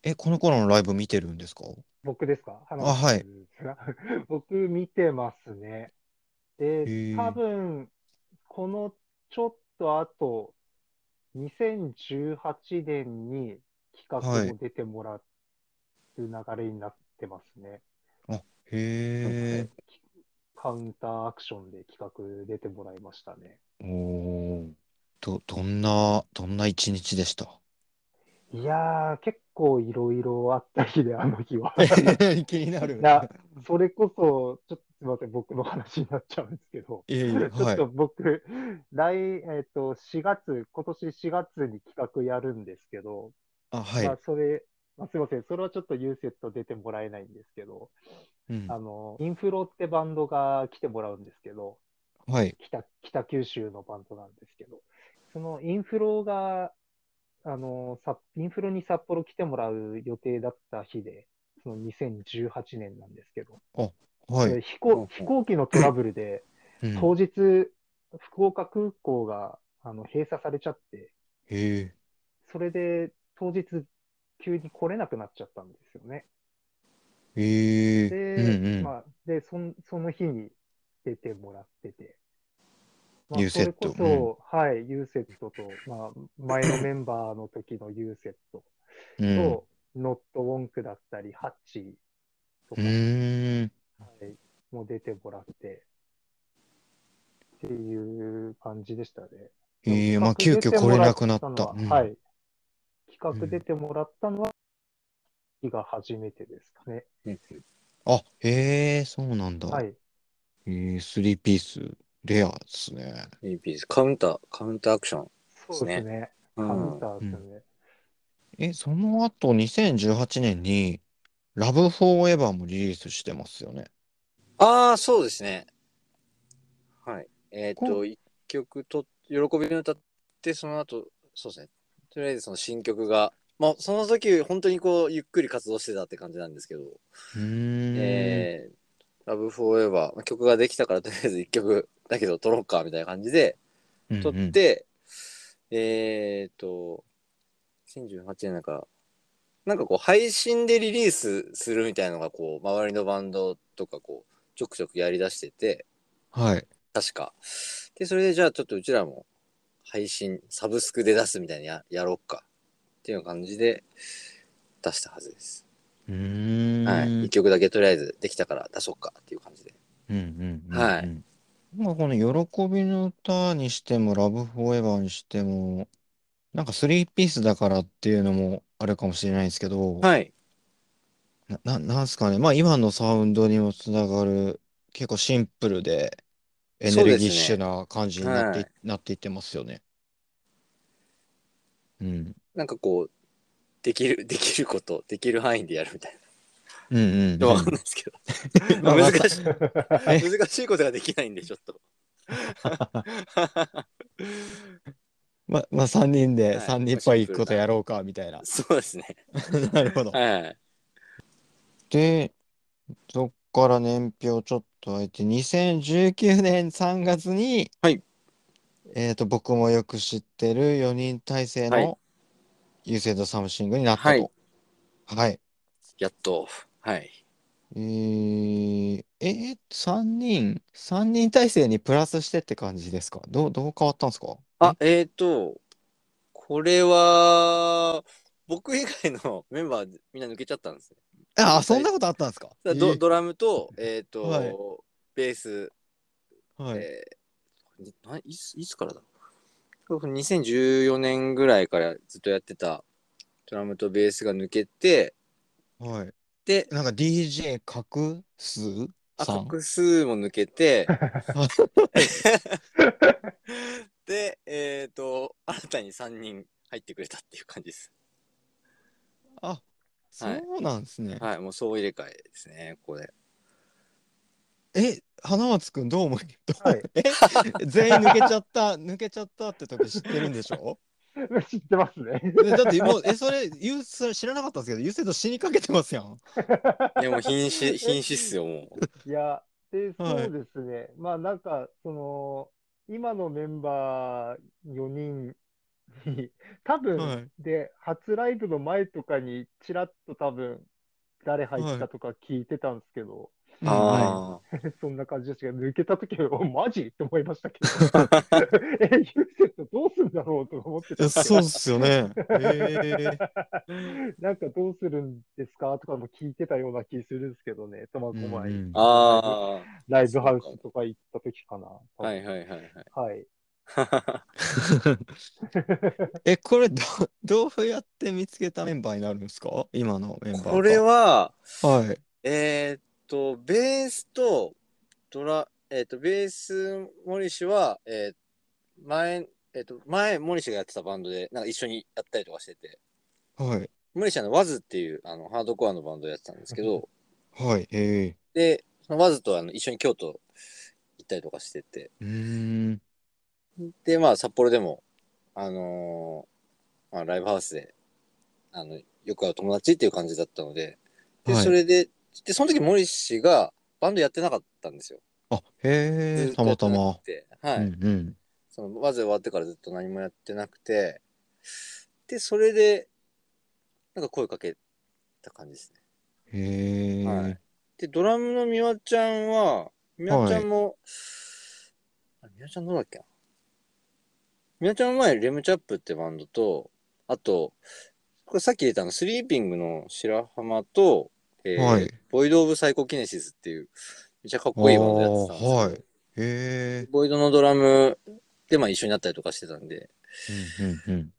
[SPEAKER 1] え、この頃のライブ見てるんですか
[SPEAKER 3] 僕ですかあ
[SPEAKER 1] あはい。
[SPEAKER 3] 僕見てますね。
[SPEAKER 1] へー
[SPEAKER 3] で、多分、このちょっと後、2018年に企画も出てもらう流れになってますね。
[SPEAKER 1] へ
[SPEAKER 3] カウンターアクションで企画出てもらいましたね。
[SPEAKER 1] え。おー。ど、どんな、どんな一日でした
[SPEAKER 3] いやー、結 構いろいろあった日で、あの日は。
[SPEAKER 1] 気になる
[SPEAKER 3] なそれこそ、ちょっとすみません、僕の話になっちゃうんですけど、
[SPEAKER 1] いえいえ、
[SPEAKER 3] ちょ
[SPEAKER 1] は
[SPEAKER 3] っ
[SPEAKER 1] い
[SPEAKER 3] と。僕、来、えっと、4月、今年4月に企画やるんですけど、
[SPEAKER 1] あ、はい
[SPEAKER 3] まあ、。それ、まあ、すみません、それはちょっと u セット出てもらえないんですけど、
[SPEAKER 1] うん
[SPEAKER 3] あの、インフロってバンドが来てもらうんですけど、
[SPEAKER 1] はい。
[SPEAKER 3] 北北九州のバンドなんですけど、そのインフロが、あの、さインフロに札幌来てもらう予定だった日で、その2018年なんですけど、
[SPEAKER 1] はい。
[SPEAKER 3] で飛行飛行機のトラブルで、
[SPEAKER 1] うん
[SPEAKER 3] 当日、福岡空港があの閉鎖されちゃって、
[SPEAKER 1] へえ。
[SPEAKER 3] それで当日、急に来れなくなっちゃったんですよね。
[SPEAKER 1] へえ。
[SPEAKER 3] で、
[SPEAKER 1] うんうん。
[SPEAKER 3] まあ、でそんその日に出てもらってて、ま
[SPEAKER 1] ユー
[SPEAKER 3] あ、
[SPEAKER 1] セ
[SPEAKER 3] そ
[SPEAKER 1] ッ
[SPEAKER 3] れ
[SPEAKER 1] ト
[SPEAKER 3] こそ、はい、ユーセットと、まあ、前のメンバーの時のユーセット
[SPEAKER 1] うん
[SPEAKER 3] と、ノットウォンクだったり、ハッチとか、
[SPEAKER 1] うーん。
[SPEAKER 3] はい、もう出てもらって、っていう感じでしたね。
[SPEAKER 1] ええ、まあ、急
[SPEAKER 3] 企
[SPEAKER 1] 遽
[SPEAKER 3] 画
[SPEAKER 1] 来れなくなっ
[SPEAKER 3] 出て
[SPEAKER 1] た。
[SPEAKER 3] もら
[SPEAKER 1] うん
[SPEAKER 3] のははい。企画出てもらったのは、日が初めてですかね。
[SPEAKER 1] あ、へえ、そうなんだ。
[SPEAKER 3] はい。
[SPEAKER 1] ええ、スリーピース、レアですね。
[SPEAKER 2] いいピース。カウンター、カウンターアクション。
[SPEAKER 3] そうですね。
[SPEAKER 2] う
[SPEAKER 3] カウン
[SPEAKER 2] ん
[SPEAKER 3] タ。ーですね。
[SPEAKER 1] え、その後、2018年に、ラブフォーエバーもリリースしてますよね。
[SPEAKER 2] ああ、そうですね。はい。えっ、、
[SPEAKER 1] こと
[SPEAKER 2] 一曲と、喜びの歌って、その後、そうですね。とりあえずその新曲が、まあ、その時、本当にこう、ゆっくり活動してたって感じなんですけど、
[SPEAKER 1] うーん。
[SPEAKER 2] えー、ラブフォーエバー、まあ曲ができたからとりあえず一曲だけど撮ろうかみたいな感じで
[SPEAKER 1] うんうん
[SPEAKER 2] 撮って、えっ、ー、と、2018年だから、なんかこう配信でリリースするみたいなのがこう周りのバンドとかこうちょくちょくやりだしてて、
[SPEAKER 1] はい。
[SPEAKER 2] 確か。で、それでじゃあちょっとうちらも配信、サブスクで出すみたいにややろうかっていう感じで出したはずです。
[SPEAKER 1] うーん。
[SPEAKER 2] はい。一曲だけとりあえずできたから出そうかっていう感じで。
[SPEAKER 1] うんうんうんうん
[SPEAKER 2] は。
[SPEAKER 1] まあ、この喜びの歌にしても、ラブフォーエバーにしても、なんかスリーピースだからっていうのもあるかもしれないんですけど、
[SPEAKER 2] はい。
[SPEAKER 1] な、ななんすかね。まあ今のサウンドにもつながる、結構シンプルでエネルギッシュな感じになってい、
[SPEAKER 2] は
[SPEAKER 1] なっていってますよね。うん。
[SPEAKER 2] なんかこう、できる、で きること、できる範囲でやるみたい
[SPEAKER 1] うんうん
[SPEAKER 2] な。わかん
[SPEAKER 1] う
[SPEAKER 2] なんいですけ ど。
[SPEAKER 1] まあまあ
[SPEAKER 2] 難しい、
[SPEAKER 1] え
[SPEAKER 2] 難しいことができないんで、ちょっ と。
[SPEAKER 1] まあ、まあ3人で、
[SPEAKER 2] はい
[SPEAKER 1] 3人いっぱい行くことやろうか、みたいな。
[SPEAKER 2] そうですね。
[SPEAKER 1] なるほど。
[SPEAKER 2] はい。
[SPEAKER 1] で、そっから年表ちょっと空いて、2019年3月に、
[SPEAKER 2] はい
[SPEAKER 1] えっと、僕もよく知ってる4人体制
[SPEAKER 2] はい
[SPEAKER 1] の優勢とサムシングになった
[SPEAKER 2] はい
[SPEAKER 1] と。はい。
[SPEAKER 2] やっと。はい。
[SPEAKER 1] えー、え、3人、3人体制にプラスしてって感じですかどう、どう変わったんですか
[SPEAKER 2] あ、えっ、ー、と、これは、僕以外のメンバーみんな抜けちゃったんですね。
[SPEAKER 1] えあ、そんなことあったんですか
[SPEAKER 2] だ
[SPEAKER 1] え
[SPEAKER 2] ド
[SPEAKER 1] ー
[SPEAKER 2] ドラムと、えっ、と、
[SPEAKER 1] はい
[SPEAKER 2] ベース、
[SPEAKER 1] はい。
[SPEAKER 2] えーにないついつからだろう2014年ぐらいからずっとやってたドラムとベースが抜けて
[SPEAKER 1] はい。
[SPEAKER 2] で
[SPEAKER 1] なんか DJ 画数さん
[SPEAKER 2] 画数も抜けてでえっ、と新たに3人入ってくれたっていう感じです
[SPEAKER 1] あ、そうなんですね。
[SPEAKER 2] はいもう総入れ替えですねこれ
[SPEAKER 1] え、花松くんどう思う どう
[SPEAKER 3] はい
[SPEAKER 1] え、全員抜けちゃった、 抜けちゃったって時知ってるんでしょ
[SPEAKER 3] 知ってますね。
[SPEAKER 1] でだってもう、え、それ、ゆうそれ知らなかったんですけど、ゆうせいと死にかけてますやん。
[SPEAKER 2] でも瀕死瀕死っすよもう
[SPEAKER 3] いや、で、そ
[SPEAKER 1] はいう
[SPEAKER 3] ですね。まあなんか、その、今のメンバー4人に、多分、
[SPEAKER 1] はい
[SPEAKER 3] で、初ライブの前とかに、ちらっと多分、誰入ったとか聞いてたんですけど、
[SPEAKER 1] は
[SPEAKER 2] あ
[SPEAKER 3] そんな感じでしたけど、抜けた時は、おマジって思いましたけど、え、ユーセットどうするんだろうとか思って
[SPEAKER 1] い
[SPEAKER 3] たん
[SPEAKER 1] や
[SPEAKER 3] ですけ
[SPEAKER 1] そう
[SPEAKER 3] ど
[SPEAKER 1] っすよね。え
[SPEAKER 3] なんかどうするんですかとかも聞いてたような気するんですけどね、苫小
[SPEAKER 1] う
[SPEAKER 3] 牧
[SPEAKER 1] ん。
[SPEAKER 2] あ
[SPEAKER 3] ライブハウスとか行った時かな。
[SPEAKER 2] ーはいはいはいはい
[SPEAKER 3] はい。
[SPEAKER 1] え、これど、どうやって見つけたメンバーになるんですか今のメンバーが。
[SPEAKER 2] これは
[SPEAKER 1] はい。
[SPEAKER 2] えーっと、ベースと、ドラ、えっ、と、ベース、森氏は、えー前、えっ、と、前、森氏がやってたバンドで、なんか一緒にやったりとかしてて、
[SPEAKER 1] はい。
[SPEAKER 2] 森氏はあの、ワズっていう、あの、ハードコアのバンドをやってたんですけど、
[SPEAKER 1] はい。へえ。
[SPEAKER 2] で、そのワズとあの一緒に京都行ったりとかしてて、
[SPEAKER 1] うーん。
[SPEAKER 2] で、まあ、札幌でも、あのーまあ、ライブハウスで、あの、よく会う友達っていう感じだったので、で、
[SPEAKER 1] はい
[SPEAKER 2] それで、で、その時、森氏がバンドやってなかったんですよ。
[SPEAKER 1] あ、
[SPEAKER 2] ず
[SPEAKER 1] へ
[SPEAKER 2] っ
[SPEAKER 1] え。
[SPEAKER 2] と
[SPEAKER 1] た
[SPEAKER 2] や
[SPEAKER 1] ま
[SPEAKER 2] って
[SPEAKER 1] た
[SPEAKER 2] な
[SPEAKER 1] ま
[SPEAKER 2] く。てはい。
[SPEAKER 1] うんうん。
[SPEAKER 2] その、わず終わってからずっと何もやってなくて、で、それで、なんか声かけた感じですね。
[SPEAKER 1] へえ。
[SPEAKER 2] はいで、ドラムのみわちゃんは、みわちゃんも、あみわちゃんどうだっけなみわちゃんは前、レムチャップってバンドと、あと、これさっき言ったあの、スリーピングの白浜と、えー
[SPEAKER 1] はい
[SPEAKER 2] ボイド・オブ・サイコキネシスっていう、めっちゃかっ
[SPEAKER 1] あ
[SPEAKER 2] こいいバンドやってたんですよ
[SPEAKER 1] ーはい。へえ。
[SPEAKER 2] ボイドのドラムで、まあ一緒になったりとかしてたんで、
[SPEAKER 1] うんうんうん。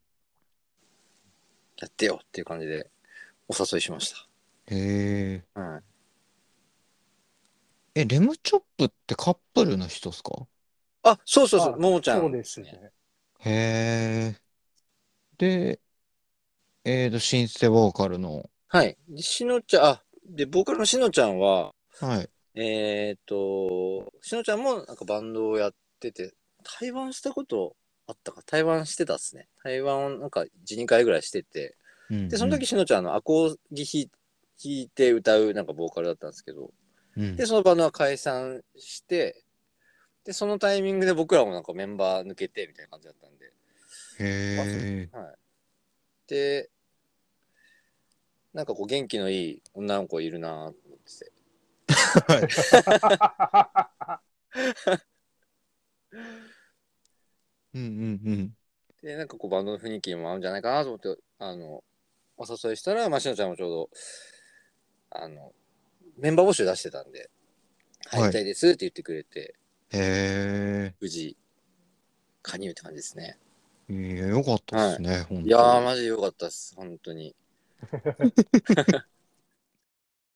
[SPEAKER 2] やってよっていう感じで、お誘いしまし
[SPEAKER 1] へえ。
[SPEAKER 2] た。はい。
[SPEAKER 1] え、レムチョップってカップルの人っすか
[SPEAKER 2] あ、そうそうそう、
[SPEAKER 3] あ
[SPEAKER 2] ももちゃん、
[SPEAKER 3] そうですね。
[SPEAKER 1] へえ。で、えーと、シンセボーカルの。
[SPEAKER 2] はい。でしのちゃん、あ、で、ボーカルのしのちゃんは、
[SPEAKER 1] はい。
[SPEAKER 2] えっ、と、しのちゃんもなんかバンドをやってて、対バンしたことあったか対バンしてたっすね。対バンをなんか1、2回ぐらいしてて、
[SPEAKER 1] うん
[SPEAKER 2] で、その時しのちゃんあのアコーギ弾弾いて歌うなんかボーカルだったんですけど、
[SPEAKER 1] うん、うん
[SPEAKER 2] で、そのバンドは解散して、で、そのタイミングで僕らもなんかメンバー抜けてみたいな感じだったんで、
[SPEAKER 1] へえ。
[SPEAKER 2] はい。で、なんかこう元気のいい女の子いるなと思ってて。
[SPEAKER 1] うんうんうん。
[SPEAKER 2] で、なんかこうバンドの雰囲気にも合うんじゃないかなと思って、あの、お誘いしたら、まあ、しのちゃんもちょうど、あの、メンバー募集出してたんで、
[SPEAKER 1] はい
[SPEAKER 2] 入りたいですって言ってくれて、
[SPEAKER 1] へ
[SPEAKER 2] 無事、加入って感じですね。
[SPEAKER 1] え。いや、よかったっすね、ほん
[SPEAKER 2] いやー、
[SPEAKER 1] と。
[SPEAKER 2] マジ良かったっす、本当に。